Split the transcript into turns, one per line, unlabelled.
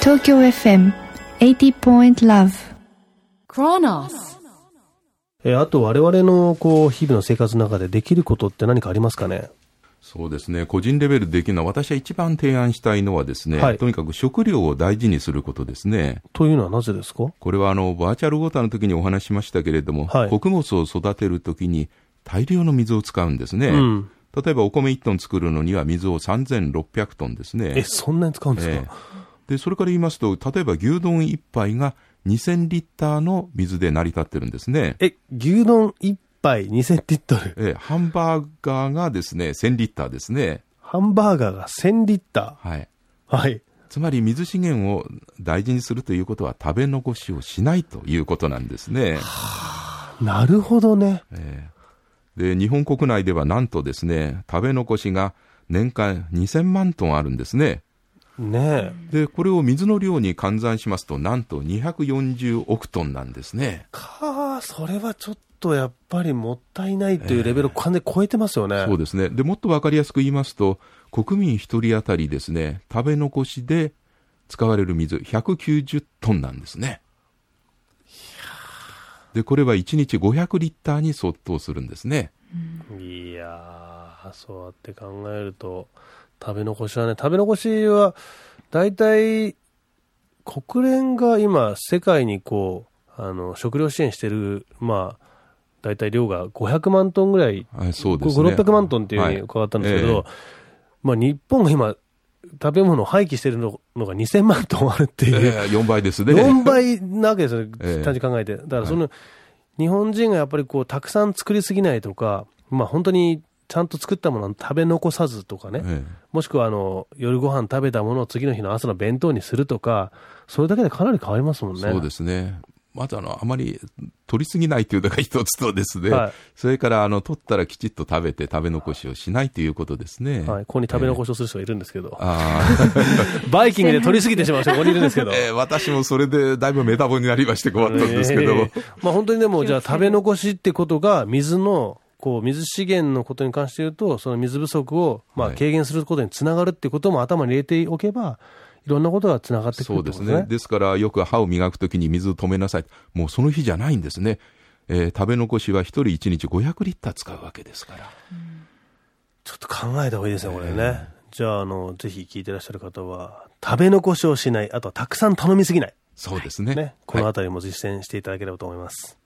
東京 FM80.love
Kronos.
えーあと我々のこう日々の生活の中でできることって何かありますかね
そうですね。個人レベルでできるのは、私は一番提案したいのはですね、
はい
とにかく食料を大事にすることですね。
というのはなぜですか
これはあの、バーチャルウォーターの時にお話ししましたけれども、
はい
穀物を育てる時に大量の水を使うんですね。
ん
例えばお米1トン作るのには水を3600トンですね。
え、そんなに使うんですか、
ええで、それから言いますと、例えば牛丼1杯が2000リッターの水で成り立ってるんですね。
え、牛丼1杯2000リットル。
ええハンバーガーがですね、1000リッターですね。
ハンバーガーが1000リッタ
はい。
ー。はい。
つまり水資源を大事にするということは食べ残しをしないということなんですね。
なるほどね。
ええで、日本国内ではなんとですね、食べ残しが年間2000万トンあるんですね。
ねえ。
で、これを水の量に換算しますと、なんと240億トンなんですね。
かあそれはちょっとやっぱりもったいないというレベルを完全に超えてますよね。
そうですね。で、もっとわかりやすく言いますと、国民一人当たりですね、食べ残しで使われる水190トンなんですね。で、これは1日500リッターに相当するんですね。
いやー、そうやって考えると、食べ残しはね、食べ残しは、大体、国連が今、世界にこう、あの、食料支援してる、まあ、大体量が500万トンぐらい、
はい、そうですね。
5、600万トンっていうふうに
は
伺ったんですけど、
え
まあ、日本が今、食べ物を廃棄してるののが2000万トンあるっていう、
ええ4倍ですね。
4倍なわけですよね、
ええ
単純に考えて。だからその、日本人がやっぱりこう、たくさん作りすぎないとか、まあ本当にちゃんと作ったものを食べ残さずとかね、
え
もしくはあの、夜ご飯食べたものを次の日の朝の弁当にするとか、それだけでかなり変わりますもん
え
ね。
そうですね。まずあの、あまり取りすぎないというのが一つとですね、
はい
それからあの、取ったらきちっと食べて食べ残しをしないということですね。
はい、ここに食べ残しをする人がいるんですけど、
ああ、
バイキングで取りすぎてしまう人がここにいるん ですけど。
ええ私もそれでだいぶメタボになりまして困ったんですけども
え。えまあ本当にでも、じゃあ食べ残しってことが、水の、こう、水資源のことに関して言うと、その水不足を、まあ
はい
軽減することにつながるってことも頭に入れておけば、いろんなことがつながってく
そ
る
う
って
で
こ
す
とです
ね。
ね。
ですから、よく歯を磨くときに水を止めなさい。もうその日じゃないんですね。えー食べ残しは一人一日500リッター使うわけですから。
ちょっと考えた方がいいですね、これね。じゃあ、あの、ぜひ聞いてらっしゃる方は、食べ残しをしない、あとはたくさん頼みすぎない。
そうですね。
ね。この
はい
あたりも実践していただければと思います。